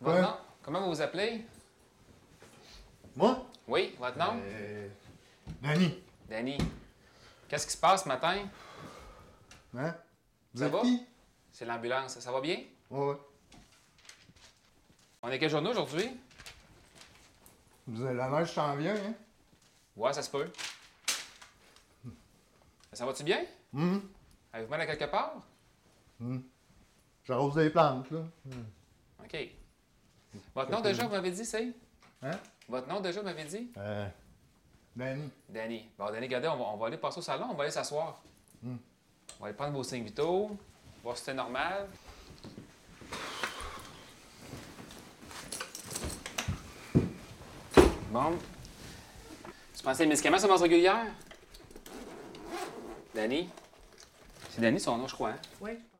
Votre nom? Comment vous vous appelez? Moi? Oui, votre nom? Euh, Danny. Danny. Qu'est-ce qui se passe ce matin? Hein? Vous Ça êtes va? qui? C'est l'ambulance. Ça va bien? Ouais, ouais. On est quel journée aujourd'hui? Vous avez la neige s'en vient, hein? Ouais, ça se peut. Ça va-tu bien? Hum, Avez-vous mal à quelque part? hum. J'arrose des plantes, là. OK. Votre nom déjà, vous m'avez dit, c'est? Hein? Votre nom déjà, vous m'avez dit? Euh, Danny. Danny. Bon, Danny, regardez, on va, on va aller passer au salon, on va aller s'asseoir. On va aller prendre vos signes vitaux, voir si c'est normal. Bon. Tu pensais les médicaments sont base régulière? Danny? C'est Danny son nom, je crois, hein? Oui, je pense.